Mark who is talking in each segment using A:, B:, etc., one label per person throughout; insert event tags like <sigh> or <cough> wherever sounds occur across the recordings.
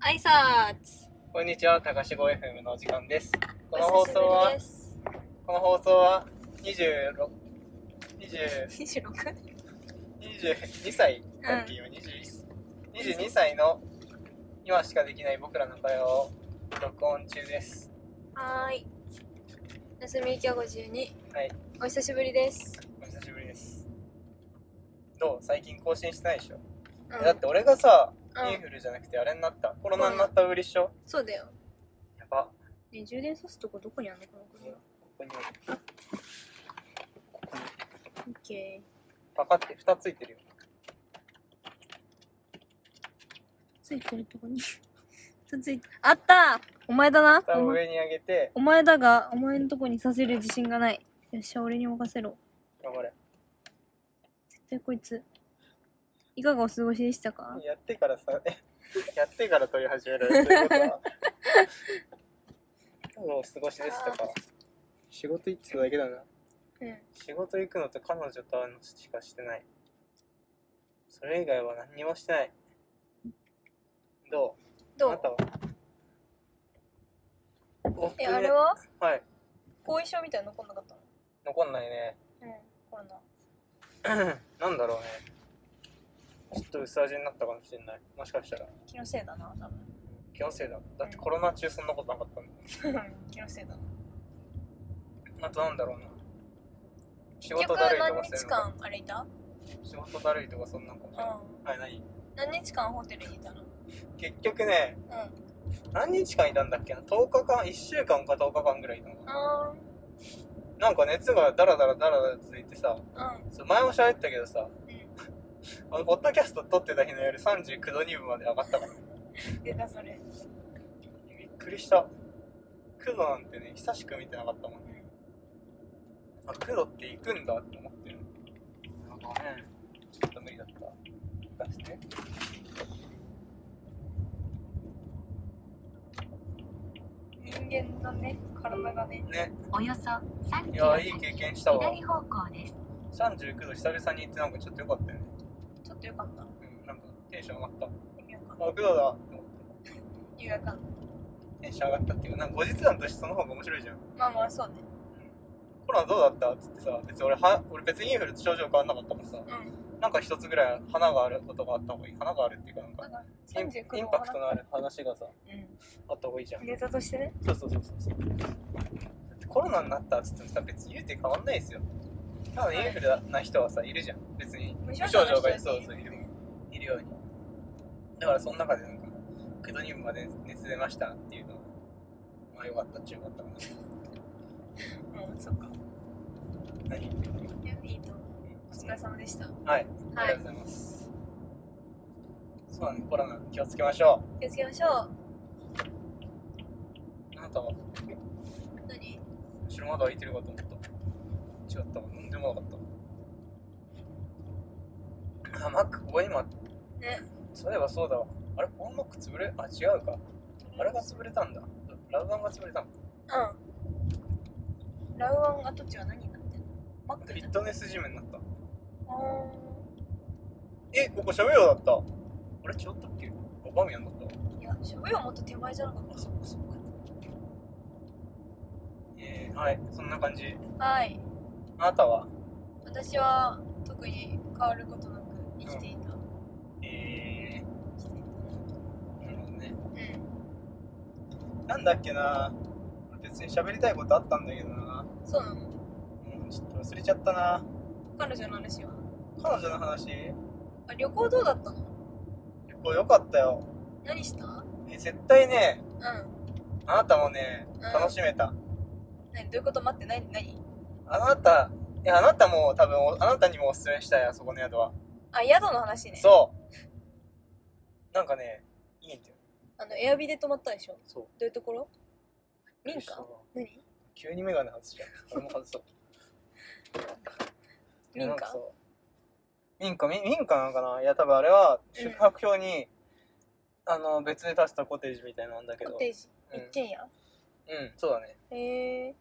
A: 挨拶
B: こんにちは、高志 5FM のお時間です。この
A: お
B: 放
A: 久し
B: 送
A: ぶり
B: は
A: で、す
B: この放送は、26、20、
A: 26
B: 22歳、なんていう、21 22歳の、今しかできない僕らの会話を録音中です。
A: はーい休みきゃ52
B: はい、
A: お久しぶりです、
B: お久しぶりです。どう最近更新してないでしょ、
A: う
B: だって俺がさ、
A: うん
B: インフルじゃなくてあれになった。コロナになったぶりっしょ、
A: そうだよ
B: やば。
A: ね充電さすとこどこにあんのこの
B: こ
A: 国は
B: こに、ここ
A: オ
B: に、
A: ッケー
B: パカって蓋ついてるよ。
A: ついてるとこに <laughs> つついてあったお前だな
B: 蓋
A: お
B: を
A: 前
B: 上に上げて、
A: お前だがお前のとこにさせる自信がないよっしゃ俺に任せろ
B: 頑張れ。
A: 絶対こいついかがお過ごしでしたか
B: やってからさ、 <laughs> えやってから撮り始められるってことは。今日のお過ごしでしたか。仕事行ってただけだな。
A: うん
B: 仕事行くのと彼女と会うのしかしてない。それ以外は何にもしてない。どう
A: ど
B: あ
A: う
B: なたは僕
A: えあれは
B: はい。
A: 後遺症みたいなの残んなかったの
B: 残んないね。
A: うんコロナ
B: なんだろうね。ちょっと薄味になったかもしれない。もしかしたら。
A: 気のせいだな多分
B: 気のせいだ。だってコロナ中そんなことなかったんだもん。
A: 気のせいだな
B: あとなんだろうな仕
A: 結
B: 事
A: 局
B: だるいと
A: 何
B: かそうい
A: 日
B: うのか
A: 間あれいた
B: 仕事だるいとかそんなんかもしれない、
A: うん
B: はい何
A: 何日間ホテルにいたのうん
B: 結局ね
A: あ
B: 何日間いたんだっけな10日間1週間か10日間ぐらいいたのかな
A: あ
B: なんか熱がダラダラダラダラ続いてさ
A: ー
B: そう前も喋ったけどさ
A: う
B: あのポッドキャスト撮ってた日の夜39度2分まで上がったからね
A: ん出たそれ
B: びっくりした9度なんてね久しく見てなかったもんねあ9度って行くんだって思ってるなんかねちょっと無理だった出して
A: 人間のね体がね
B: ね
C: およそ3
B: い
C: キロ
B: や
C: 先
B: いい経験したわ
C: 左方向です。
B: 39度久々に行ってなんかちょっと良かったよね、
A: ちょっとよかった
B: うん、なんかテンション上がったあ
A: よかった
B: 6度だって思って
A: 夕方か
B: テンション上がったっていうかなんか後日談としてその方が面白いじゃん、うん、
A: まあまあそうね
B: コロナどうだったっつってさ別に俺は俺別にインフルと症状変わんなかったからさ
A: うん
B: なんか一つぐらい花があることがあった方がいい花があるっていうかなんか
A: だから
B: イン
A: 39
B: インパクトのある話がさあった方がいいじゃ
A: うんんネタとしてね
B: そうそうそうそうそうだってコロナになったっつってもさ別に言うて変わんないですよただインフルな人はさいるじゃん別に
A: 無
B: 症状がいる
A: そ
B: そううそういるいるようにだからその中でなんか9度2分まで熱出ましたっていうのはまあよかったっちゅうよかったか
A: うんそうか
B: な何
A: いやいいと思うお疲れ様でした
B: はいあ
A: は
B: りがと
A: い
B: うございます、そうだねコロナ気をつけましょ
A: 気をつけましょう
B: うあなたは
A: 何
B: 後ろ窓開いてるかと思った違ったわ飲んでもなかったあマックここ今
A: ね
B: そういえばそうだわあれこのマック潰れあ違うかあれが潰れたんだラブワンが潰れたの
A: うんラウアン跡地は何になってんのマッ
B: フ
A: ク
B: ィ
A: じゃ
B: ッ
A: ん
B: トネスジムになった
A: あー
B: えここ喋るよだったあれ違ったっけあバミヤンだったわ
A: いや、渋谷はもっと手前じゃなかっ
B: あそっかそっかえー、はいそんな感じ
A: た。はい。
B: あなたは
A: 私は特に変わることなく生きていた。
B: え
A: 生きてい
B: ー、なるほどね
A: た。
B: なんだっけな別に喋りたいことあったんだけどな
A: うん。そうなの。
B: うんちょっと忘れちゃったな
A: 彼女の話は。
B: 彼女の話
A: あ、旅行どうだったの
B: 旅行良かったよ
A: 何したうん。
B: え絶対ね
A: 何
B: あなたもね
A: ん
B: 楽しめた、
A: どういうこと待って、何何
B: あなたいやあなたも多分おあなたにもおすすめしたいあそこの宿は、
A: あ、宿の話ね。う。
B: そうなんかねいいんだよ
A: あの、エアビで泊まったでしょ
B: そう
A: どういうところ民家何
B: 急にメガネ外しちゃう。俺も外そう。
A: <laughs> 民家
B: なんかそう民家、民民家なのかないや、多分あれは、
A: うん
B: 宿泊表に、あの、別で出したコテージみたいなんだけ
A: コ
B: ど。
A: テージ。
B: うん
A: 一軒家
B: うん、そうだね。
A: へえ。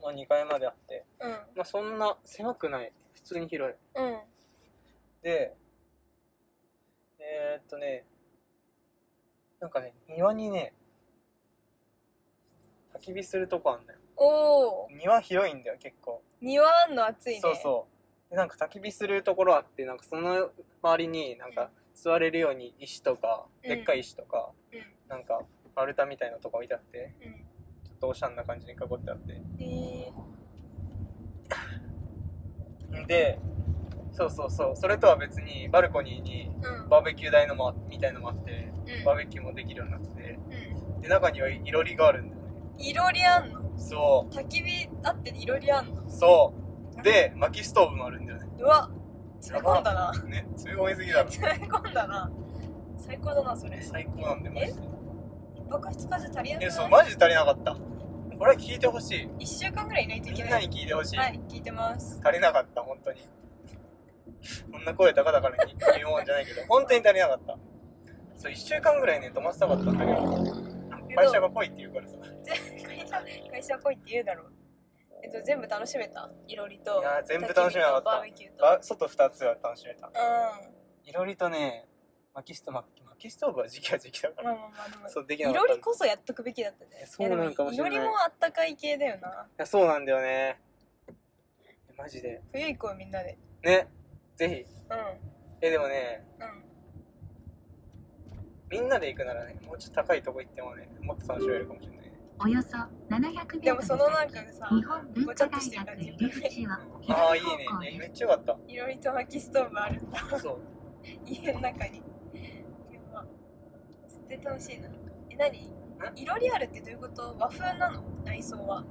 B: まあ2階まであって。
A: うん。
B: まあそんな狭くない。普通に広い。
A: うん。
B: で、えー、っとね、なんかね庭にね焚き火するとこあんのよ
A: おお
B: 庭広いんだよ結構
A: 庭あんの暑いね
B: そうそうでなんか焚き火するところあってなんかその周りになん
A: うん
B: か座れるように石とか、
A: うん
B: でっかい石とか
A: うん
B: なんか丸太みたいなとか置いてあって
A: うん
B: ちょっとおしゃんな感じに囲ってあって
A: え
B: でそうそうそうそれとは別にバルコニーに
A: ー、うん
B: バーベキュー台のもあみたいのもあってバーベキューもできるようになってて
A: うんうん
B: で中にはいろりがあるんだよね
A: いろりあんの
B: そ
A: 焚き火あっていろりあんの
B: うそうで薪ストーブもあるんだよね
A: うわ詰め込んだな
B: ね詰め込みすぎだろ
A: 詰め込んだな最高だなそれ
B: 最高なんでマジで
A: 一泊二日じゃ足りなく
B: えそう
A: ない
B: マジで足りなかったこれは聞いてほしい
A: 一週間ぐらいいないとい
B: み
A: け
B: ん
A: な
B: ないに聞いてほしい、
A: はい聞いてます
B: 足りなかった本当にこんな声高々から言うもんじゃないけど本当に足りなかったそう1週間ぐらいね泊ませたかったんだけど会社が来いって言うからさい
A: 会社 <laughs> 会社来いって言うだろうえっと全部楽しめたいろりと
B: やー全部楽しめなかっ
A: バー
B: た
A: ベキューと
B: ば外2つは楽しめた
A: う
B: いろりとね薪ストま薪ストーブは時期は時期だか
A: んま
B: ら
A: あまあまあでも
B: そうでき
A: い
B: なか
A: ろ
B: ったん
A: り
B: だ
A: こそやっとくべきだったね
B: そうなのかもしれない
A: いやでもいろりもあったかい系だよない
B: やそうなんだよねマジで
A: 冬行こうみんなで
B: ねぜひ
A: うん
B: えでもね
A: うん
B: みんなで行くならねもうちょっと高いとこ行ってもねもっと楽しめるかもしれないね
C: およそ700
A: で
C: メート
A: も
C: ル
A: そのなんかさ
C: 日本文
A: ごちゃ
C: 化
A: っとし
C: 大
A: てる
C: 学
A: 感じ
C: 入り口は
B: うんああいいね
C: 左方向
B: いや
C: へ
B: めっちゃよかっ
A: いろりと薪ストーブあるんだ
B: たそう
A: 家の中にやば絶対楽しいなえ何いろりあるってどういうこと和風なの内装は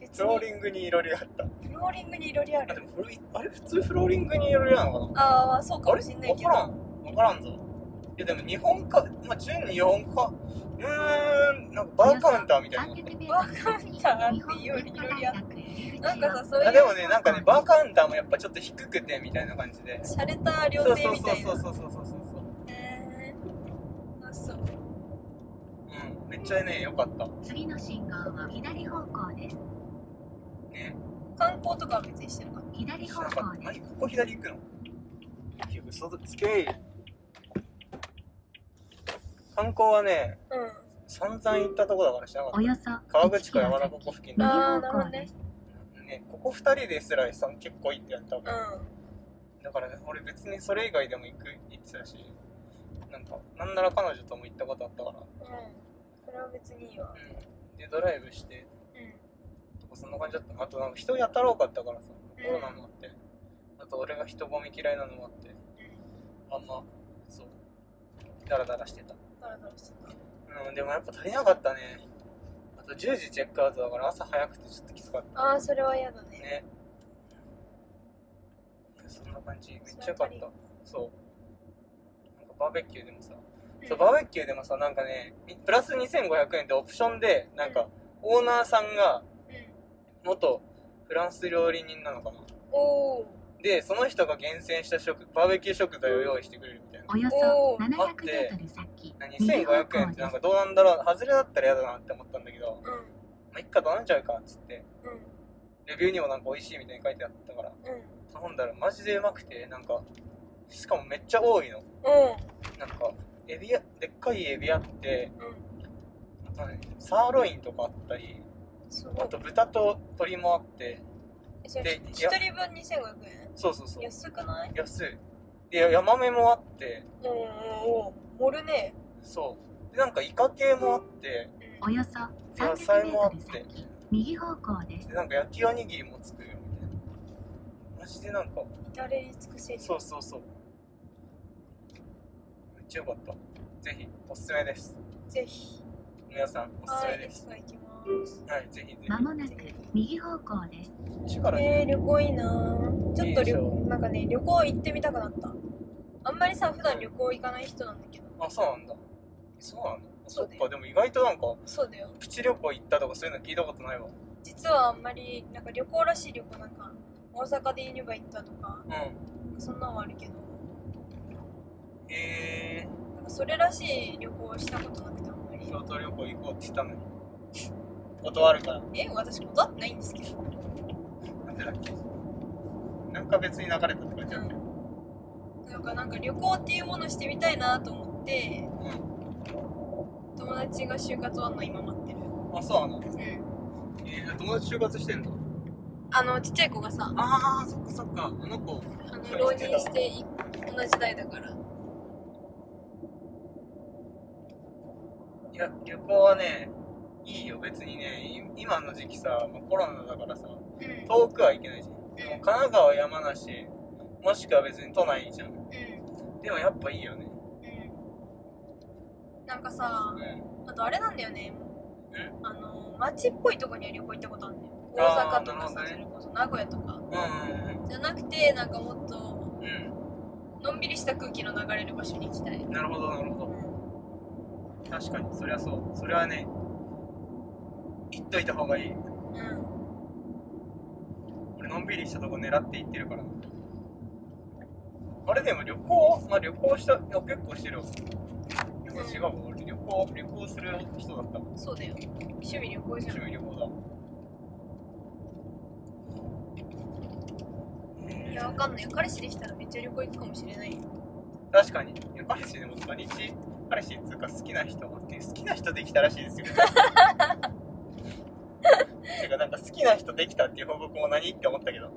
A: 別
B: <laughs> フローリ
A: に
B: ングにいろりがあった
A: フローリングにいろりあ
B: あで
A: る
B: もフロイあれ普通フローリングにいろりなのかな
A: ああそうか
B: あ
A: も
B: れ
A: しんない
B: 分
A: け
B: か
A: ど
B: らん分からんぞいやでも日本かまあ純日本かうーんなんかバーカウンターみたいなのがあった
C: 300メ
A: バー
C: ー
A: カウンターっ
C: トル
A: て
C: 日本
A: よりい
C: 文化
A: ろ
C: 大
A: りある
C: 学入り口は
A: なんかさそう
B: い
A: い
B: や
A: う
B: でもねなんかねバーカウンターもやっぱちょっと低くてみたいな感じで
A: 洒落た料
B: そう
A: 亭
B: そう
A: み
B: そ
A: た
B: う
A: い
B: そう
A: な
B: そうそうそうそう
A: へーあそう
B: うんめっちゃね良かった
C: 次の信号は左方向です
B: ね
A: 観光とかは別にしてなかっ
C: 左
B: 知
C: 方
B: らなか
C: 向
B: った
C: です
B: 何ここ左行くのいや嘘つけい観光はね
A: たうん
B: 散々行ったとこだから知らなか
C: お
B: っ
C: よそ
B: た川口か山中湖付近
C: 右
B: だ
A: あー
C: 方
A: なるほど
C: 向
A: ね
C: です
B: ねここ二人ですらさ結構行ってやったわ
A: う
B: だからね俺別にそれ以外でも行く行ってたしなんかなんなら彼女とも行ったことあったから
A: んうんそれは別にいいわ
B: うんでドライブして
A: う
B: とかそんな感じだったあとなんか人やたろうかったからさコロナもあってあと俺が人混み嫌いなのもあって
A: ん
B: あんまそうダラダラしてた
A: うんだらだらしてた
B: うん、でもやっぱ足りなかったね。あと10時チェックアウトだから朝早くてちょっときつかっ
A: ああそれは嫌だ
B: た
A: ね
B: ね。そんな感じ、めっちゃよかった。そう。なんかバーベキューでもさ、そうバーベキューでもさ、なんかね、プラス2500円でオプションで、なんかオーナーさん
A: う
B: が
A: ん
B: 元フランス料理人なのかな。
A: おー
B: で、その人が厳選した食、バーベキュー食材を用意してくれるみたいな。
C: およそ
A: おー
C: 700メートル先
B: 何
C: 右方
B: ?1500 円っ
C: 向で
B: て
C: す
B: なんかどうなんだろう、外れだったら嫌だなって思ったんだけど、
A: うん
B: まあ、いっか頼んじゃうかっつって。
A: うん
B: レビューにもなんか美味しいみたいに書いてあったから
A: うん
B: 頼んだらマジでうまくてなんかしかもめっちゃ多いの
A: うん
B: なんかエビやでっかいエビあって
A: うん
B: あとねサーロインとかあったり
A: す
B: あ
A: ごい
B: と豚と鶏もあって
A: えそれ
B: で
A: 一
B: いや
A: 人分2500円
B: そうそうそう
A: 安くない
B: 安いでヤマメもあって
A: うんうんうん盛るね
B: そうでなんかイカ系もあって
A: うん
C: およそ
B: 野
C: 300
B: 菜
C: メ
B: もあ
C: ー
B: っ
C: トル
B: て
C: 先右方向です
B: でなんか焼きおにぎりも作るよみたいなマジでなんか
A: 至れり尽くせり
B: そうそうそうめっちゃよかったぜひおすすめです
A: ぜひ
B: 皆さんおすす
A: は
B: め
A: い
B: です
A: いつか行きます
B: はい、ぜひぜ
C: まもなく
A: ぜひ
C: 右方向です
B: ひ。力入れ
A: えー、旅行いいなぁちょっと
B: いいでし
A: 旅
B: ょ
A: なんかね旅行行ってみたくなったあんまりさ普段旅行行かない人なんだけど
B: あ、そうなんだ。そうなんだ。
A: そ
B: そうっ
A: だよ
B: か、でも意外となんか、
A: そうだよ
B: プチ旅行行ったとかそういうの聞いたことないわ。
A: 実はあんまりなんか旅行らしい旅行なんか大阪でユニバ行ったとか
B: うん。
A: そんなんはあるけど
B: へえ
A: なんかそれらしい旅行したことなくてあんま
B: ー、
A: り
B: 京都旅行行こうって言ったのに。断るから。
A: え私断ってないんですけど
B: なんでだっけなんか別に流れたって感じだったよ。
A: なんかなんか旅行っていうものをしてみたいなと思って
B: うん。
A: 友達が就活終わんの今待ってる
B: あ、そうなの。
A: うん
B: えー、友達就活してんだ。
A: あのちっちゃい子がさ
B: ああ、そっかそっか。あの子。
A: あの浪人してい同じ代だから
B: いや、旅行はね、いいよ、別にね、い今の時期さ、まあ、コロナだからさ、
A: うんうん
B: 遠くは行けないじゃん。もう神奈川、山梨、もしくは別に都内じゃん。でもやっぱいいよ
A: う
B: ね。
A: んなんかさ
B: うん。
A: あとあれなんだよね
B: え
A: あの町っぽいとこには旅行行ったことあるんだよ大
B: あー
A: 阪とか
B: な
A: さ、
B: るほどね
A: それこそ名古屋とか
B: うん
A: じゃなくてなんかもっと
B: うんうん。
A: のんびりした空気の流れる場所に行きたい
B: うん。なるほど、なるほど。確かに、そりゃそう。それはね、行っといた方がい
A: う
B: い。
A: ん
B: 俺、のんびりしたとこ狙って行ってるからな。あれでも旅行、まあ旅行した、いや結構してるよ。でも違うわ、俺旅行、旅行する人だったわ。
A: そうだよ趣味旅行じゃん
B: 趣味旅行だわ。
A: いやわかんない彼氏できたらめっちゃ旅行行くかもしれないよ
B: 確かに。いや彼氏でも土日、彼氏っつうか好きな人がって、好きな人できたらしいですよ。てか、なんか好きな人できたっていう報告も何って思ったけど。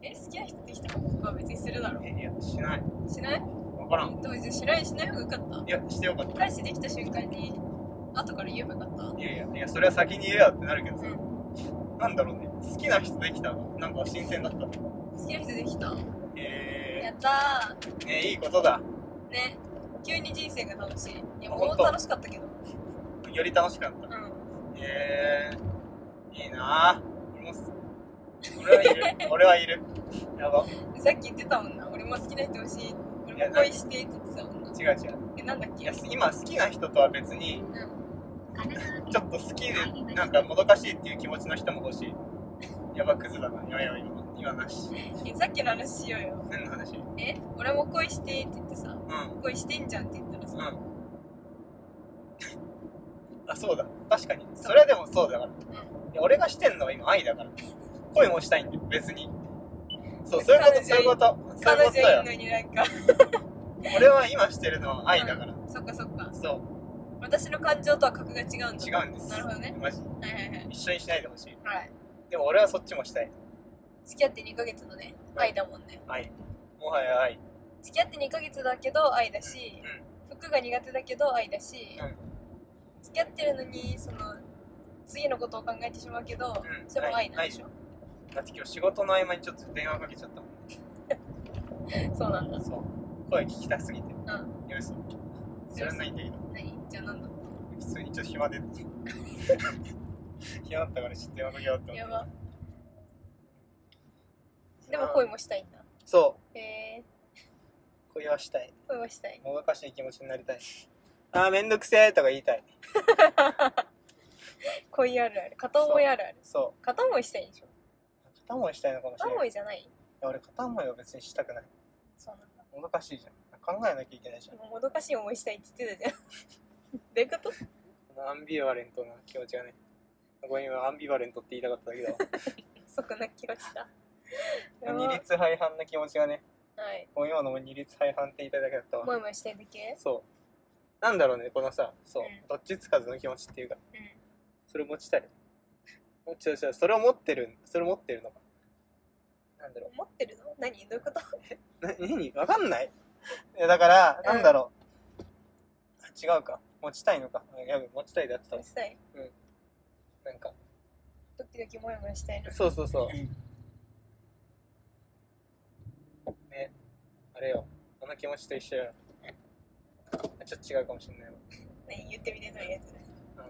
A: え好きな人できた報告は別にするだろ
B: いや、いやしない。
A: しない
B: わからん。
A: どうじゃしないしない方がよかった
B: いや、してよかった。
A: 彼氏できた瞬間に後から言えばよかった
B: いやいや、いや、それは先に言えよってなるけどさ
A: う。
B: なんだろうね。好きな人できたのなんか新鮮だった。
A: 好きな人できたや
B: え
A: った
B: ー、ねいいことだ。
A: ーね急に人生が楽しいいや
B: あ
A: も
B: 本
A: う
B: 当
A: 楽しかったけど
B: より楽しかった。
A: うん
B: えー、いいなぁ。俺もす、俺はいる。俺はいる。やば。
A: さっき言ってたもんな俺も好きな人欲しい
B: い
A: 俺
B: や
A: も恋してって言ってたもんな
B: 違う違う。
A: えなんだっ
B: い
A: け
B: や今好きな人とは別に
A: うん
C: 神奈川県
B: ちょっと好きでなんかもどかしいっていう気持ちの人も欲しいやばクズだなやばいやばい今の今なし
A: えさっきの話しようよ
B: 何の話うん
A: え俺も恋してって言ってさ
B: う
A: 恋してんじゃんって言ったらさ
B: んあそうだ確かにそれはでもそうだから、いや俺がしてんのは今愛だから恋もしたいんだよ別にそうそういうことそういうことそういう
A: 彼女
B: こと
A: い
B: よ
A: るのになんか <laughs>
B: 俺は今してるのは愛だから、
A: そっかそっか
B: そ
A: 私の感情とは格が違うんだ
B: う違うんです
A: なるほどね
B: マジ
A: はいはいはい
B: 一緒にしないでほしい
A: はい
B: でも俺はそっちもしたい
A: 付き合って2ヶ月のね愛だもんね
B: 愛もはや愛
A: 付き合って2ヶ月だけど愛だし
B: うん
A: 服が苦手だけど愛だし
B: うん
A: 付き合ってるのにその次のことを考えてしまうけど
B: うん
A: それも愛な
B: 愛じゃんだって今日仕事の合間にちょっと電話かけちゃったもん
A: そうなんだ
B: そう声聞きたすぎてうんんよし知らないんだけど
A: 何じゃあなんだ
B: 普通にちょっと
A: <laughs>
B: 暇で暇だったからちょっと電話かけようって思って
A: やばでも恋
B: も
A: もしたいんだ
B: そ
A: へえ
B: う恋はしたい
A: 恋はしたい
B: もどかしい気持ちになり
A: <laughs>
B: たいあーめんどくせえとか言いたい
A: 恋あるある片思いあるある
B: そ
A: 片思いしたいんでしょ
B: う片思いしたいのかもし
A: 片
B: れな
A: 思
B: いい
A: いじゃない
B: や俺片思いは別にしたくない
A: そうなんだ
B: もどかしいじゃん考えなきゃいけないじゃん
A: でももどかしい思いしたいって言ってたじゃん <laughs> どういうこと
B: このアンビバレントな気持ちがねごめん今アンビバレントって言いたかっただけだわ
A: そこな気がした。 <laughs>
B: <laughs>
A: やば
B: 二律背反の気持ちがね、
A: はい。
B: もう今のも二律背反って言いたいだけだった
A: も
B: わ。
A: やもやしてるだけ
B: そう。なんだろうね、このさ、そう、
A: うん
B: どっちつかずの気持ちっていうか、
A: うん。
B: それ持ち
A: <laughs>
B: たい。もちろん、それを持ってる、それ持ってるのか。なんだろ
A: 思ってるの何どういうこと
B: う。な、何わかんない。いやだから、
A: うん
B: なんだろう。あ違うか。持ちたいのか。あやべ、持ちたいだってたわ
A: う。したい。
B: なんか、
A: ドキドキもやもやしたいの。
B: そうそうそう。ね、あれよ。あの気持ちと一緒よ。あちょっと違うかもしれないわ。
A: 何言ってみてとりあえず。
B: あ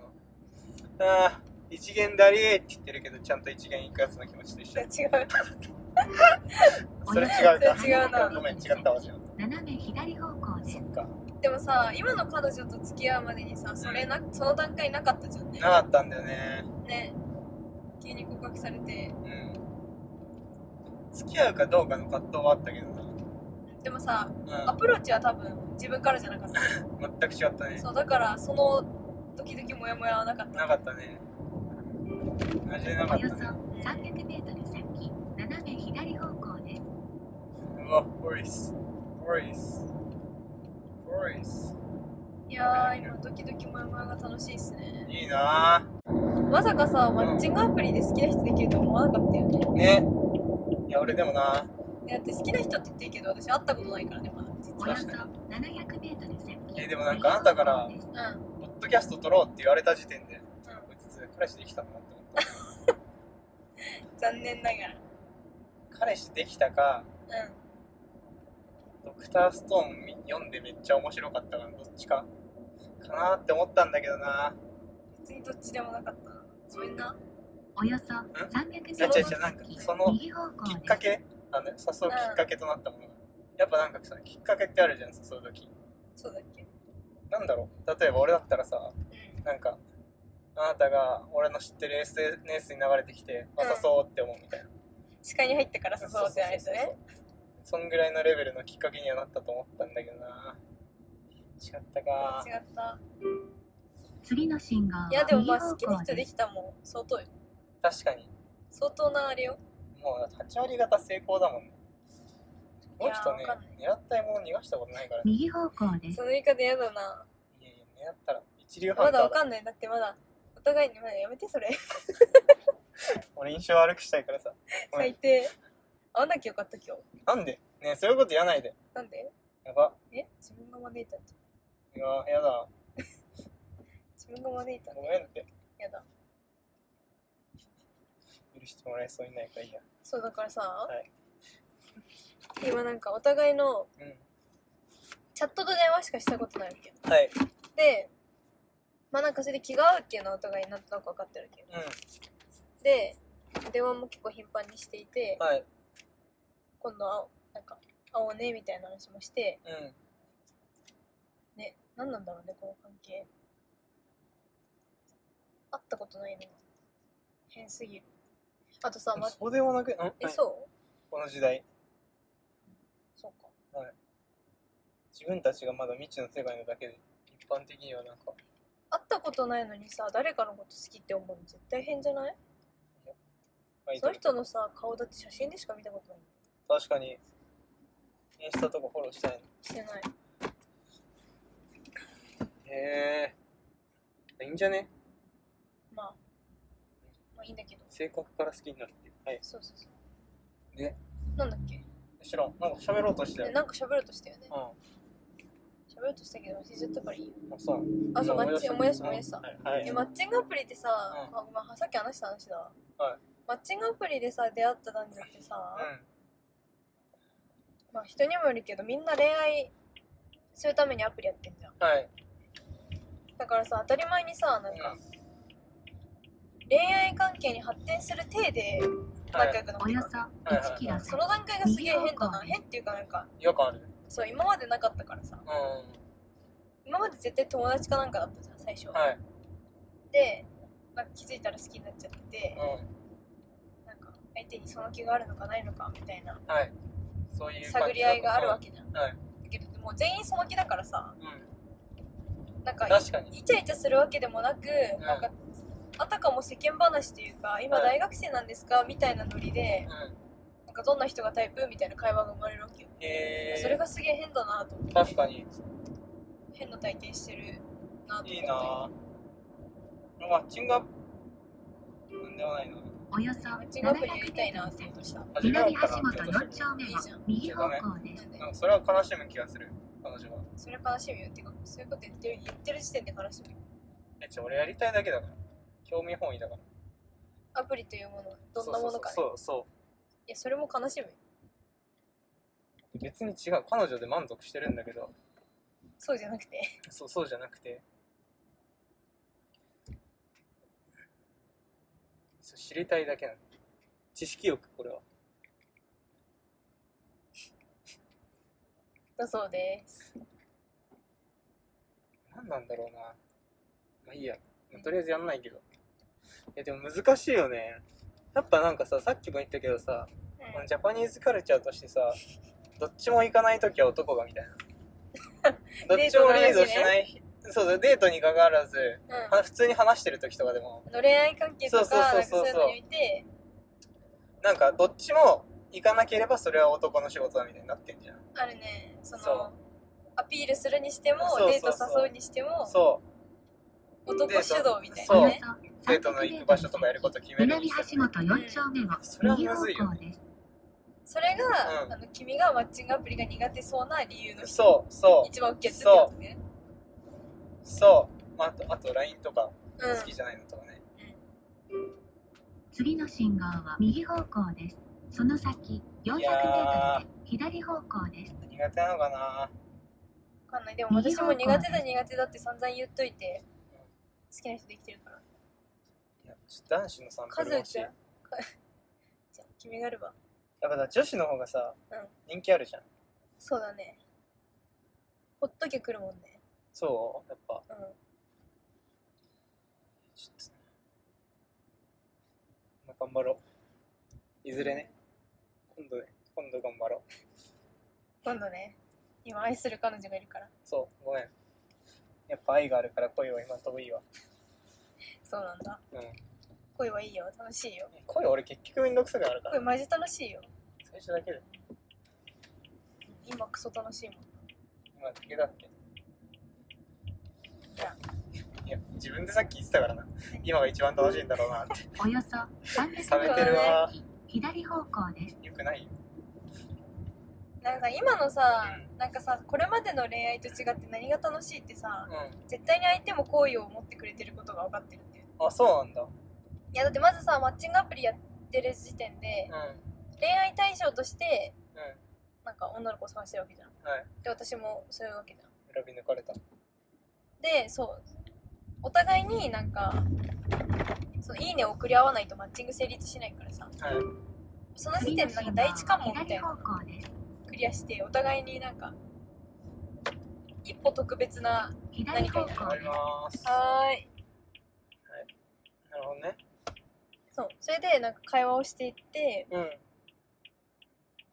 B: の、あー一元だりーって言ってるけど、ちゃんと一元行くやつの気持ちと一緒。
A: 違う。
B: それ違うか。
A: それ違うな
B: ごめん、違ったわ、じゃあ
C: 斜め左方向です
B: そっか。
A: でもさ、今の彼女と付き合うまでにさ、それな、その段階なかったじゃんね
B: な。かったんだよね。
A: ね。急に告白されて。
B: うん。付き合うかどうかの葛藤はあったけどな。
A: でもさ、ア
B: う
A: プローチは多分自分からじゃなかった。
B: ん。全く違ったね。
A: そう、だからそのドキドキもやもやはなかった。
B: なかったね。マジでなか
C: お
B: った
C: よそ
B: ね。
C: 300メートル先、斜め左方向です。
B: うわ、ボリス。ボリス。ボリス。
A: いやー今ドキドキモヤモヤが楽しいっすね
B: いいな
A: まさかさマッチングアプリで好きな人できると思わなかったよね
B: ぁねいや俺でもな
A: だって好きな人って言ってるけど私会ったことないからねまだ実
C: お
A: は
C: よそ 700m 先
B: えでもなんかあなたから
A: うん
B: ポッドキャスト撮ろうって言われた時点でこいつ彼氏できたのかなって思っ
A: 残念ながら
B: た彼氏できたか
A: うん
B: ドクターストーンみ読んでめっちゃ面白かったからどっちかかなーって思ったんだけどな
A: 別にどっちでもなかったなごめんな
C: およそ 300m
B: いや違う違うなんかその
C: 右方向
B: きっ
C: で
B: かけあの誘うきっかけとなったものがやっぱなんかさきっかけってあるじゃん誘う時
A: そうだっけ
B: なんだろう例えば俺だったらさ
A: うん
B: なんかあなたが俺の知ってる SNS に流れてきて、あ
A: うん
B: 誘おうって思うみたいな
A: 視界に入ってから誘うってあれですね
B: そんぐらいのレベルのきっかけにはなったと思ったんだけどな違ったか
A: 違った
C: 次の信号
A: いやでもまあ好きな人できたもん相当よ
B: 確かに
A: 相当なあれよ
B: もう8割方成功だもんねこの人ね
A: いやわかん
B: 狙った獲物逃がしたことないから
A: <laughs>
B: ね
C: 右方向です
A: その言い方嫌だない
B: やいや狙ったら一流ハ
A: ま
B: ンタ
A: だわ
B: ー
A: か
B: だ
A: んないだってまだお互いにまだやめてそれ
B: 俺印象悪くしたいからさごめん
A: 最低会わなきゃよかった今日
B: なんでねえそういうこと言わないで
A: なんで
B: やば
A: え自分が招いたんじゃん
B: いややだ
A: 自分が招いたん
B: ご
A: だ
B: めんって
A: やだ
B: 許してもらえそうにないからいいや
A: そうだからさ、
B: い
A: 今なんかお互いの
B: うん
A: チャットと電話しかしたことないわけよ
B: はい
A: でまあなんかそれで気が合うっていうのはお互いなんとなく分かってるわけど
B: う
A: で電話も結構頻繁にしていて
B: んはい
A: 今度会おうなんか会おうねみたいな話もして
B: うん
A: ね何なんだろうねこの関係会ったことないのに変すぎるあとさ、ま、
B: そうでもなく、うん、
A: え
B: はい
A: そう
B: この時代、
A: そうか
B: 自分たちがまだ未知の世界のだけで、一般的にはなんか、
A: 会ったことないのにさ誰かのこと好きって思うの絶対変じゃない
B: アイ
A: そ
B: ド
A: の
B: ル
A: 人のさ顔だって写真でしか見たことない
B: 確かに、インスタとかフォローしたいの。
A: してない
B: へえ。いいんじゃね
A: まあまあいいんだけど
B: 性格から好きになるっていう。はい。
A: そうそうそう
B: で
A: なんだっけ
B: 知らん。なんか喋ろうとして
A: え
B: る。
A: なんか喋ろうとしたよね
B: うん。あ、
A: 喋ろうとしたけど忘れちゃったからいいよ
B: そう。
A: あそうマッ
B: い
A: チング思い出した思い出した
B: はい。はい
A: えマッチングアプリってさ、
B: うん
A: あごめんさっき話した話だ、
B: はい
A: マッチングアプリでさ出会った男女ってさ、まあ人にもよるけどみんな恋愛するためにアプリやってんじゃん
B: うん。はい。
A: だからさ当たり前にさなんか、恋愛関係に発展する体で
B: はい
A: 仲良くなっ
C: お
A: てい
C: よ
A: く、
C: そ
B: はい
C: 1キロ
A: その段階がすげえ変だな変っていうかなんか
B: 違和感ある。
A: そう今までなかったからさ
B: うん。
A: 今まで絶対友達かなんかだったじゃん最初、
B: はい。
A: でなんか気づいたら好きになっちゃってて
B: う、ん。
A: なんか相手にその気があるのかないのかみたいな
B: はい。そういう感じの
A: 探り合いがあるわ。けじゃん
B: はい。
A: だけどもう全員その気だからさ
B: うん。
A: なんか
B: 確かに。
A: イチャイチャするわけでもなく、
B: ん
A: なんかあたかも世間話っていうか今
B: は
A: 大
B: い
A: 学生なんですかみたいなノリ
B: う
A: で
B: ん。
A: なんかどんな人がタイプみたいな会話が生まれるわけよ、
B: へえ。
A: それがすげえ変だなと思って
B: 確かに。
A: 変な体験してるなと思って
B: いいなぁ。マッチングアップなんではないな。
C: およそ
A: マッチングアプリやりたいな
C: 700m
A: って言うとした
B: 初め
C: 南
B: て
C: 橋
B: かな
C: 本4丁目も右方向です
A: なんで
B: なんかそれは悲しむ気がする、彼女は。
A: それ悲しみよっていうかそういうこと言ってる言ってる時点で悲しみ
B: え、ちょ、俺やりたいだけだから。興味本位だから。
A: アプリというものはどんなものかね
B: そうそうそう
A: いやそれも悲しむよ
B: そう。別に違う。彼女で満足してるんだけど、
A: そうじゃなくて <laughs>
B: そうそうじゃなくて。そう知りたいだけなの。知識欲、これは。
A: だそうです
B: 何なんだろうな。まあいいや。まあとりあえずやんないけど。いや、でも難しいよね。やっぱなんかさ、さっきも言ったけどさ、
A: うん
B: ジャパニーズカルチャーとしてさ、どっちも行かないときは男が
A: <laughs>
B: みたいな。どっちもリードしない、そうそう、デートに関わらず、
A: うん
B: は普通に話してるときとかでも、
A: あの恋愛関係とか
B: そう
A: なん
B: そう
A: か
B: そうそう
A: そういうのにおいて
B: なんかどっちも行かなければそれは男の仕事だみたいになってんじゃん。
A: あるねその
B: そう
A: アピールするにしても
B: そうそう
A: デー
B: そう
A: ト誘うにしても
B: そ
A: 男主導みたい
B: そう
A: な
C: およ
A: ね
B: う
C: そ
B: デートの行く場所とかやること決める
C: 南橋本4丁目を
B: それは
C: 右
B: む
C: 方
B: ずいよ
C: 向
B: ね
C: です。
A: それが、
B: うん
A: あの君がマッチングアプリが苦手そうな理由の
B: そうそう
A: 一番大きいやつってことね
B: そう、まあ、あとあと LINE とか
A: うん
B: 好きじゃないのとかね、
C: 次の信号は右方向です。その先400メ
B: いや
C: ートルで左方向です。
B: 苦手なのかな
A: わかんないでも私も苦手だ苦手だって散々言っといて
B: うん
A: 好きな人できてるから
B: いやちょっと男子のサンプ
A: カ
B: ル
A: ズ
B: が
A: ー
B: 欲しい
A: ちゃん
B: やっ
A: か <laughs> じゃあ君がやれば
B: ぱさ女子の方がさ、
A: うん
B: 人気あるじゃん
A: そうだねほっとけくるもんね
B: そうやっぱ
A: うん
B: ちょっとまあ頑張ろういずれね今度ね今度頑張ろう
A: 今度ね今愛する彼女がいるから
B: そうごめんやっぱ愛があるから恋は今のとこいいわ
A: そうなんだ
B: うん
A: 恋はいいよ楽しいよ
B: 恋俺結局めんどくさくなるから
A: 恋マジ楽しいよ
B: 最初だけで
A: 今クソ楽しいもん
B: 今だけだって
A: いや
B: いや自分でさっき言ってたからな今が一番楽しいんだろうなって
C: およそ300メート
B: 冷
C: ル
B: めてるわ
C: 左方向です。
B: よくないよ
A: なんかさ今のさ、
B: う
A: なんかさこれまでの恋愛と違って何が楽しいってさ
B: う、ん
A: 絶対に相手も好意を持ってくれてることが分かってるんだよね
B: あそうなんだ
A: いやだってまずさマッチングアプリやってる時点で
B: うんうん
A: 恋愛対象としてなんか女の子を探してるわけじゃん
B: はい
A: で私もそういうわけじゃん
B: 選び抜かれた
A: でそうお互いになんかそのいいねを送り合わないとマッチング成立しないからさ
B: はい
A: その時点でなんか第一関門みたい
C: 左
A: なの
C: 方向です。
A: クリアしてお互いになんか一歩特別な
C: 左方向
B: 頑張り
C: です。
B: ます
A: はーい
B: なるほどね
A: そうそれでなんか会話をしていって
B: うんうん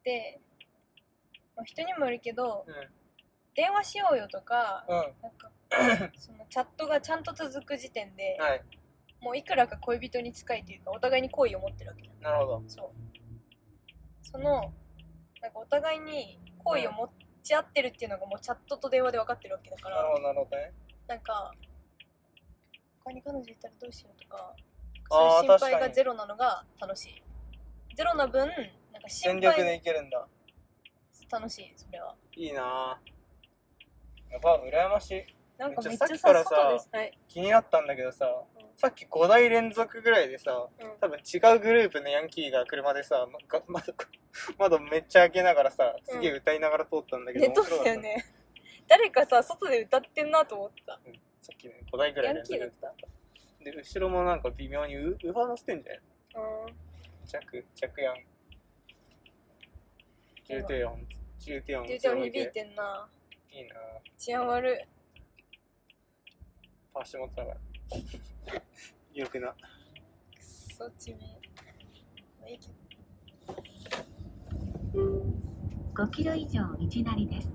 A: で、まあ、人にもよるけど電話しようよとか
B: うん
A: なん <coughs> かそのチャットがちゃんと続く時点で、
B: はい
A: もういくらか恋人に近いというかお互いに好意を持ってるわけじゃん
B: なるほど
A: そうそのなんかお互いに好意を持ち合ってるっていうのがもうチャットと電話で分かってるわけだか
B: なるほ
A: ら
B: どなるほどね
A: なんか他に彼女いたらどうしようとか
B: あ
A: そ
B: ー
A: ういう心
B: 確
A: 配
B: か
A: が
B: に
A: ゼロなのが楽しいゼロな分なんか
B: 全
A: 心
B: 力で
A: 配
B: いけるんだ
A: 楽しいそれはい
B: いなぁやば羨ましい
A: なんか
B: め
A: め
B: っ
A: っ
B: ち
A: ち
B: ゃ
A: ゃさ
B: さっきからさ
A: 外ですはい、
B: 気になったんだけどさ
A: うん
B: さっき5台連続ぐらいでさ
A: うん
B: 多分違うグループのヤンキーが車でさま <laughs> が窓こ窓めっちゃ開けながらさすげえ歌いながら通ったんだけど、
A: ね、どう
B: 面白か
A: だ
B: った
A: よね。 <laughs> 誰かさ、外で歌ってんなと思った。
B: さっきね5台ぐらい連続
A: ヤンキーだ
B: で後ろもなんか微妙にウウファー乗せてんじゃん
A: うん。
B: 着着ヤン重低音重低音
A: 重ちゃん響いてんな。
B: いいなぁ
A: 治安悪い。
B: パーシモったから <laughs> よくな
A: くっそ、地名。まあいいけど
C: 5キロ以上道なりです。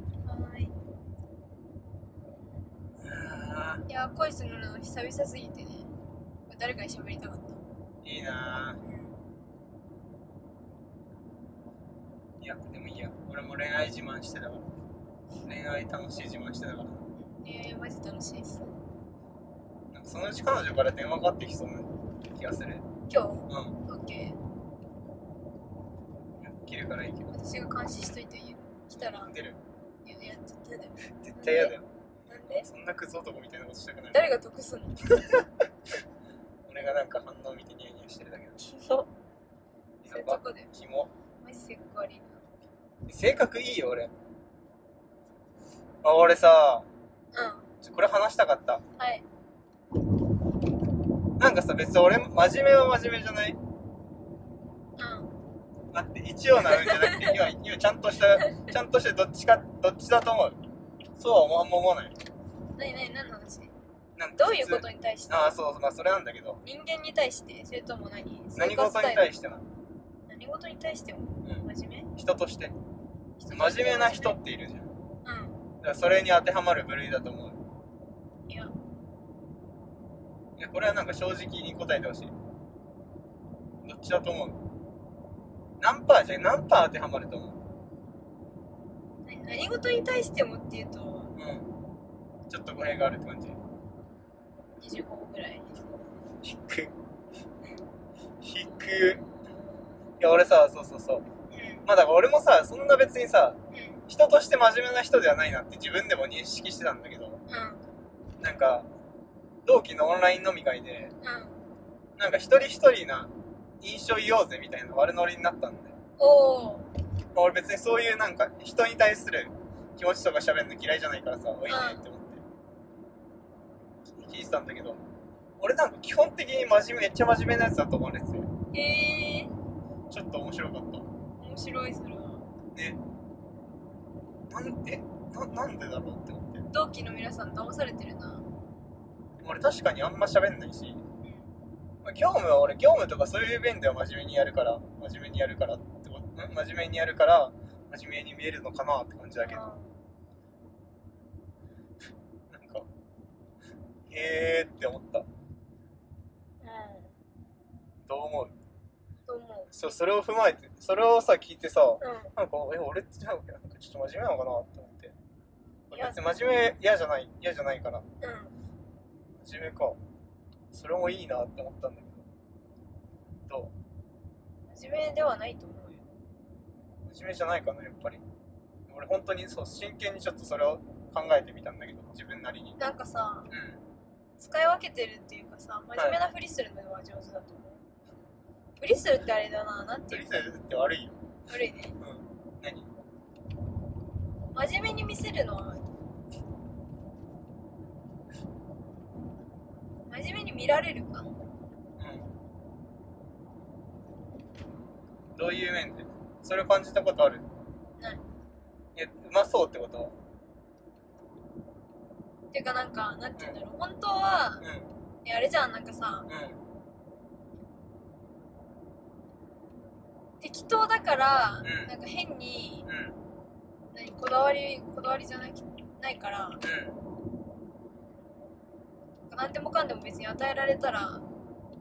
A: はーい。いや、恋するの久々すぎてね。これ誰かに喋りたかった。
B: いいなぁいやでもいいや俺も恋愛自慢してたから恋愛楽しい自慢してたから
A: 恋愛マジ楽しいです。
B: なんかそのうち彼女から電話かかってきそうな気がする
A: 今日、
B: うんい
A: オッケー。
B: や切るからいいけど
A: 私が監視しといて言う。来たら、
B: 出る
A: いや、いや、絶対だよ。
B: 絶対嫌だよ
A: なんで
B: そんなクズ男みたいなことしたくない
A: 誰が得すんの
B: 俺がなんか反応見てニヤニヤしてるだけだ
A: キモ。そうい
B: や
A: うと
B: ば
A: こで。
B: キモ
A: マジ性格悪い
B: 性格いいよ俺あ俺さ
A: な。うん。
B: ちょこれ話したかった
A: はい。
B: なんかさ別に俺真面目は真面目じゃない
A: うん。
B: 待って一応なるんじゃなくて
A: <laughs>
B: 今今ちゃんとしたちゃんとしてどっちかどっちだと思うそうは思わんま思わない
A: なになに何の話
B: なんか
A: ど
B: 普
A: う
B: 通
A: いうことに対して
B: ああそうまあそれなんだけど
A: 人間に対してそれとも何
B: 何事に
A: して
B: 対しても
A: 何事に対しても
B: うん
A: 真面目
B: 人として真面目な人っているじゃんだ
A: う
B: からそれに当てはまる部類だと思うん
A: いや
B: いやこれはなんか正直に答えてほしいどっちだと思う何パーじゃ何パー当てはまると思う
A: 何何事に対してもっていうと
B: ちょっと語弊があるって感じ
A: 25分ぐらい
B: 低く <laughs> 低くいや俺さそうそうそう
A: う
B: まあだから俺もさそんな別にさ
A: んうん
B: 人として真面目な人ではないなって自分でも認識してたんだけどなんか同期のオンライン飲み会で
A: うん
B: なんか一人一人な印象言おうぜみたいな悪ノリになったんで、
A: おお
B: まあ、俺別にそういうなんか人に対する気持ちとか喋るの嫌いじゃないからさおいいねって思って聞いてたんだけど俺なんか基本的に真面目めっちゃ真面目なやつだと思われてて
A: へえ
B: ちょっと面白かった
A: 面白いそれは
B: なんえななんでだろうって思って
A: 同期の皆さん騙されてるな
B: 俺確かにあんま喋んないし、まあ、業務は俺業務とかそういう面では真面目にやるから真面目にやるからってことん真面目にやるから真面目に見えるのかなって感じだけど
A: あ
B: なんかへえって思った
A: ーう
B: どう思うん
A: と思
B: そうそれを踏まえてそれをさ聞いてさ
A: ううん
B: なんかえ俺ってなんかちょっと真面目なのかなって思って
A: いや
B: 別に真面目嫌じゃない嫌じゃないから
A: うん
B: 真面目かそれもいいなって思ったんだけどど
A: 真面目ではないと思うよ
B: う真面目じゃないかなやっぱり俺本当にそう真剣にちょっとそれを考えてみたんだけど自分なりに
A: なんかさ
B: うん
A: 使い分けてるっていうかさ真面目なふりするのは上手だと思うふりするってあれだななんて
B: プ
A: い
B: リ
A: う
B: セスって悪いよ
A: 悪いね
B: 何
A: 真面目に見せるのは真面目に見られるか
B: どういう面でそれを感じたことある
A: ない
B: えうまそうってこと
A: っていうかなんかなんて言うんだろう本当は
B: うんう
A: えあれじゃんなんかさ
B: ん
A: 適当だから、
B: うん
A: なんか変に
B: うん
A: 何こだわりこだわりじゃないないから
B: う
A: なんでもかんでも別に与えられたら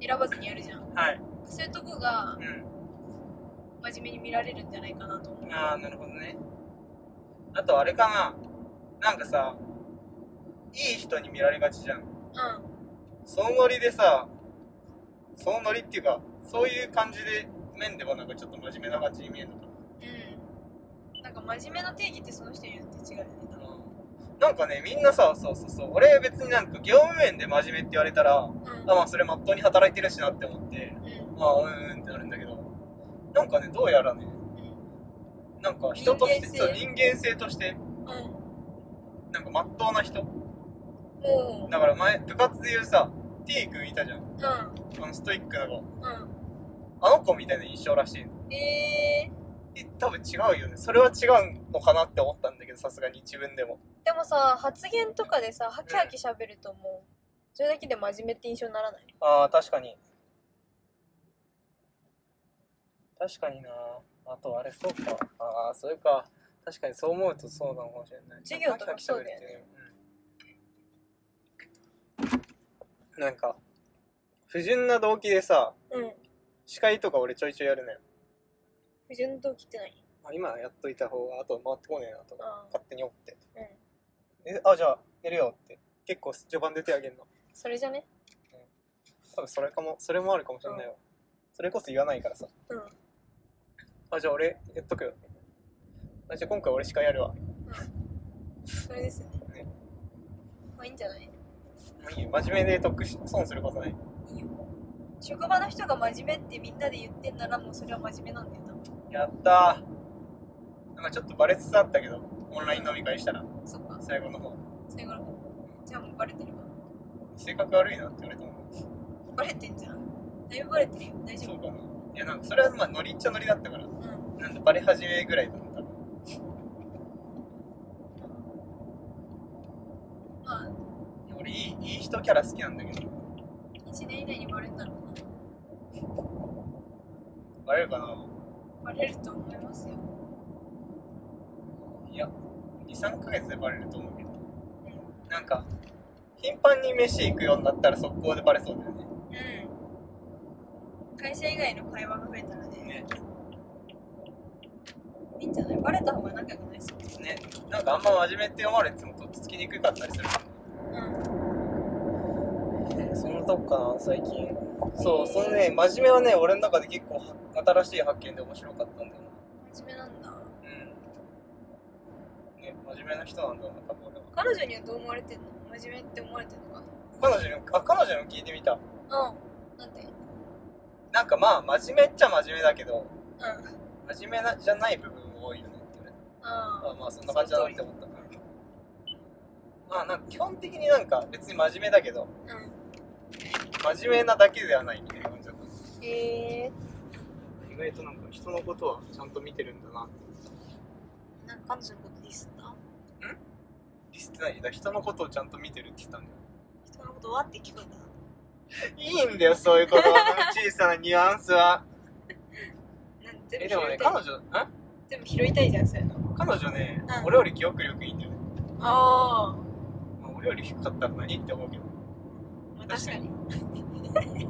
A: 選ばずにやるじゃん
B: んはい
A: そういうとこが
B: う
A: 真面目に見られるんじゃないかなと思うん
B: ああなるほどねあとあれかななんかさいい人に見られがちじゃん
A: う
B: そのノリでさそのノリっていうかそういう感じで面でもなんかちょっと真面目な感じに見えるのか
A: んうんなんか真面目な定義ってその人によって違うよね多
B: な、なんかねみんなさそうそうそう俺別になんか業務面で真面目って言われたら
A: 分
B: あまあそれまっとうに働いてるしなって思って
A: うんうん
B: まあうんうんってなるんだけどなんかねどうやらねなんか人として
A: 人間性
B: そう人間性として
A: うん
B: なんかまっとうな人
A: うんもう
B: だから前部活で言うさ T 君いたじゃん
A: う
B: あのストイックな子
A: んう
B: あの子みたいな印象らしい
A: んえー、
B: え多分違うよねそれは違うのかなって思ったんだけどさすがに自分でも
A: でもさ発言とかでさハキハキ喋るともうそれだけで真面目って印象にならない
B: ああ確かに確かになあとあれそうかああそれか確かにそう思うとそうなのかもしれない
A: 授業とかそうだよね
B: うんなんか不純な動機でさ
A: うん
B: 司会とか俺ちょいちょいやるのよ
A: 不純の動機って何
B: あ今やっといた方があと回ってこねえなとか
A: あ
B: 勝手に思って
A: うん
B: えあじゃあ寝るよって結構序盤で手あげるの
A: それじゃね
B: 多分それかもそれもあるかもしれないわ、それこそ言わないからさ
A: うん
B: あじゃあ俺やっとくよあじゃあ今回俺司会やるわ
A: それですね
B: ね
A: まあいいんじゃない
B: もういいよ真面目で得し損することない
A: いいよ職場の人が真面目ってみんなで言ってんならもうそれは真面目なんだよ多分
B: やったーなんかちょっとバレつつあったけどオンライン飲み会したら
A: そっか
B: 最後の方
A: 最後の方じゃあもうバレてるわ
B: 性格悪いなって言われたもん
A: バレてんじゃんだいぶバレてるよ大丈
B: そ
A: 夫
B: うかないやなんかそれはまあノリっちゃノリだったから
A: うん
B: なんかバレ始めぐらいだった
A: まあ
B: 俺いいいい人キャラ好きなんだけど
A: 1年以内にバレるんだろうな
B: バレるかな
A: バレると思いますよ
B: いや23ヶ月でバレると思うけどなんか頻繁に飯行くようになったら速攻でバレそうだよね
A: うん会社以外の会話が増えたらね
B: ね
A: いいんじゃないバレた方が仲良くないそう
B: ねなんかあんま真面目って読まれてもとっつきにくかったりするからね
A: うん
B: ねそのとこかな最近そうそのね真面目はね俺の中で結構は新しい発見で面白かったんだよ
A: 真面目なんだ
B: なうんね真面目な人なんだな多分俺は
A: 彼女にはどう思われてんの真面目って思われてんのか
B: 彼女にもあ彼女にも聞いてみた
A: なうんなんて
B: なんかまあ真面目っちゃ真面目だけど
A: うん
B: 真面目なじゃない部分も多いよねって俺
A: あ
B: あまあそんな感じだなって思ったまあなんか基本的になんか別に真面目だけど
A: あうん
B: 真面目なだけではないみたいな感じだった
A: へえ
B: 意外となんか人のことはちゃんと見てるんだな
A: ー、なんか彼女のことディスった
B: ディスってないだから人のことをちゃんと見てるって言ったんだよ
A: 人のことはって聞こえた
B: <laughs> いいんだよそういうこと小さなニュアンス <laughs> は
A: なん
B: え
A: 全部
B: でも
A: 拾
B: ね
A: いた
B: 彼
A: い
B: 女ん
A: 全部拾いたいじゃんそういうの
B: 彼女ね、
A: うん
B: 俺より記憶力いいんだよね、
A: あ
B: まあ、俺より低かったら何って思うけど
A: あ、まあ、確かに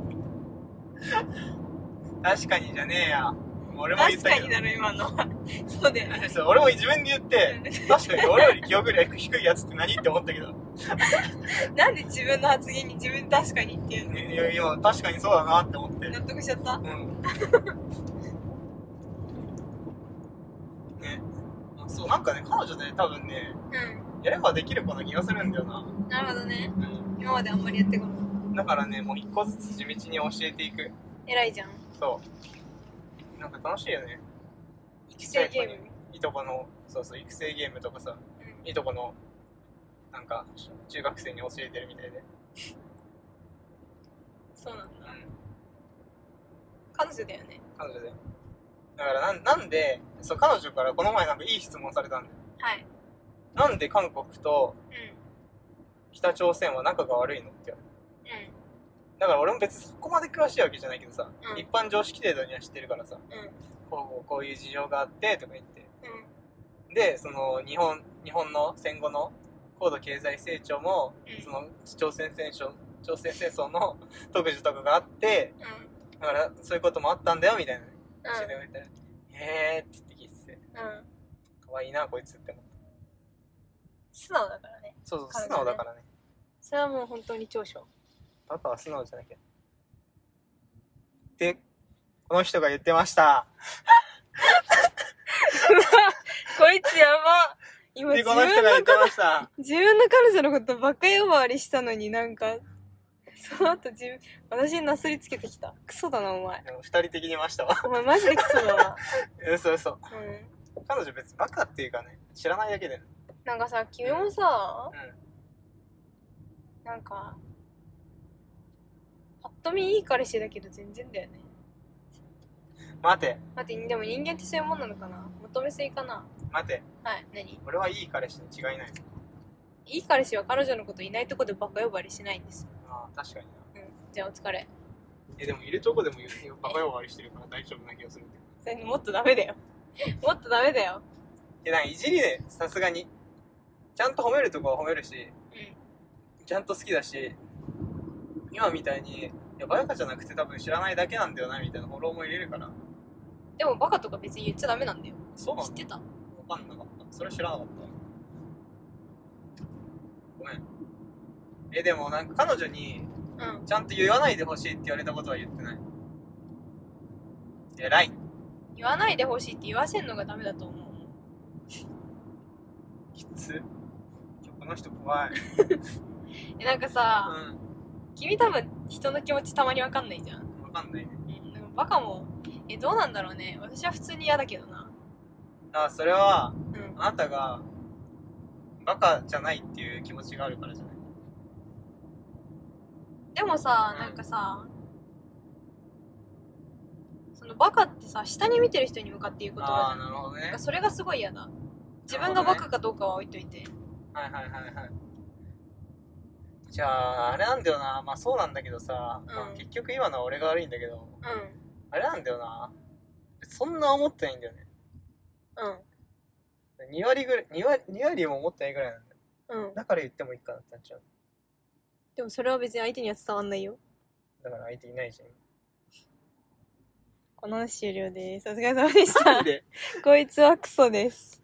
B: 確かにじゃねえや俺も言っ
A: 確
B: た
A: か
B: けど
A: になる今の <laughs> はそうだよね
B: そう俺も自分で言って確かに俺より記憶力低いやつって何って思ったけど、
A: なんで自分の発言に自分確かにっていうの
B: ね、いやいや確かにそうだなって思って
A: 納得しちゃった
B: うん。ね。あそう、なんかね、彼女ね、多分ね、
A: う
B: やればできる子な気がするんだよな。
A: んなるほどね
B: う
A: 今まであんまりやってこない
B: ん。だからね、もう一個ずつ地道に教えていく。
A: 偉いじゃん
B: そう。なんか楽しいよね。
A: 育成ゲーム
B: いとこの、そうそう、育成ゲームとかさ、
A: うん
B: いとこの、なんか、中学生に教えてるみたいで。
A: そうなんだ
B: うん。
A: 彼女だよね
B: 彼女で。だからなん、なんで、そう、彼女からこの前なんかいい質問されたんだよ。
A: はい
B: なんで韓国と
A: うん
B: 北朝鮮は仲が悪いのってだから俺も別にそこまで詳しいわけじゃないけどさ、
A: うん
B: 一般常識程度には知ってるからさ
A: うんうん
B: こうこうこういう事情があってとか言って
A: うん
B: でその日本日本の戦後の高度経済成長も、
A: うん
B: その朝鮮戦争朝鮮戦争の <laughs> 特需とかがあって
A: うん
B: だからそういうこともあったんだよみたいな教えて
A: う
B: くれて「へえ」って言って聞いてて
A: んうん
B: 可愛いなこいつって思った
A: 素直だからね
B: そうそう
A: 彼
B: 素
A: 女ね
B: 直だからね
A: それはもう本当に長所
B: パパは素直じゃなきゃってこの人が言ってました
A: こいつやば今
B: で
A: 自
B: この人が
A: 分の
B: 言っ
A: こ
B: てま
A: と
B: した
A: 自分の彼女のことばっかり呼ばわりしたのになんかその後自分私になすりつけてきたクソだなお前
B: でも二人的にましたわ。
A: お前マジでクソだな
B: 嘘嘘。
A: うん
B: 彼女別にバカっていうかね、知らないだけでね。
A: なんかさ君もさ
B: う、ん。
A: なんかぱっと見いい彼氏だけど全然だよね
B: 待て、
A: 待ってでも人間ってそういうもんなのかな求めすぎかな
B: 待て。
A: はい何
B: 俺はいい彼氏に違いないぞ。
A: いい彼氏は彼女のこといないとこでバカ呼ばわりしないんです、
B: ああ、確かにな。
A: うん、じゃあお疲れ
B: え、でもいるとこでも言うよバカ呼ばわりしてるから大丈夫な気がするけど。
A: それもっとダメだよ <laughs> もっとダメだよ
B: え、なんかいじりで、さすがに。ちゃんと褒めるとこは褒めるし、
A: う
B: ちゃんと好きだし、今みたいに、いや、バカじゃなくて多分知らないだけなんだよな、みたいなフォローも入れるから。
A: んでもバカとか別に言っちゃダメなんだよ
B: そうな
A: 知っ
B: の
A: てた
B: わかんなかった。それ知らなかった。ごめん。え、でもなんか彼女に、
A: うん
B: ちゃんと言わないでほしいって言われたことは言ってない。偉い。
A: 言わないでほしいって言わせんのがダメだと思う
B: きつ。今日この人怖い。
A: えなんか
B: う
A: さ、
B: ん。
A: 君多分人の気持ちたまにわかんないじゃん、
B: わかんないね。
A: うん、でもバカもえどうなんだろうね私は普通に嫌だけどな
B: あ、それは、
A: うん
B: あなたが、バカじゃないっていう気持ちがあるからじゃない。
A: でもさ
B: うん
A: なんかさそのバカってさ下に見てる人に向かって言う言
B: あ
A: 葉
B: あ、
A: じゃん
B: なるほど
A: なん
B: ね
A: か。それがすごい嫌だ自分がバカかどうかは置いといて、
B: はいはいはいはい。じゃあ、あれなんだよな。まあそうなんだけどさ、
A: うん
B: まあ結局今のは俺が悪いんだけど、
A: う
B: あれなんだよな。そんな思ってないんだよね。
A: ん
B: 2割ぐらい、2割、2割も思ってないぐらいなんだよ。
A: うんうん
B: だから言ってもいいかなってなっちゃう。
A: でもそれは別に相手には伝わんないよ
B: だから相手いないじゃ
A: この話終了ですお疲れ様でし
B: ん。
A: た
B: で、
A: こいつはクソです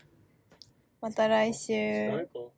A: また来週
B: どういう子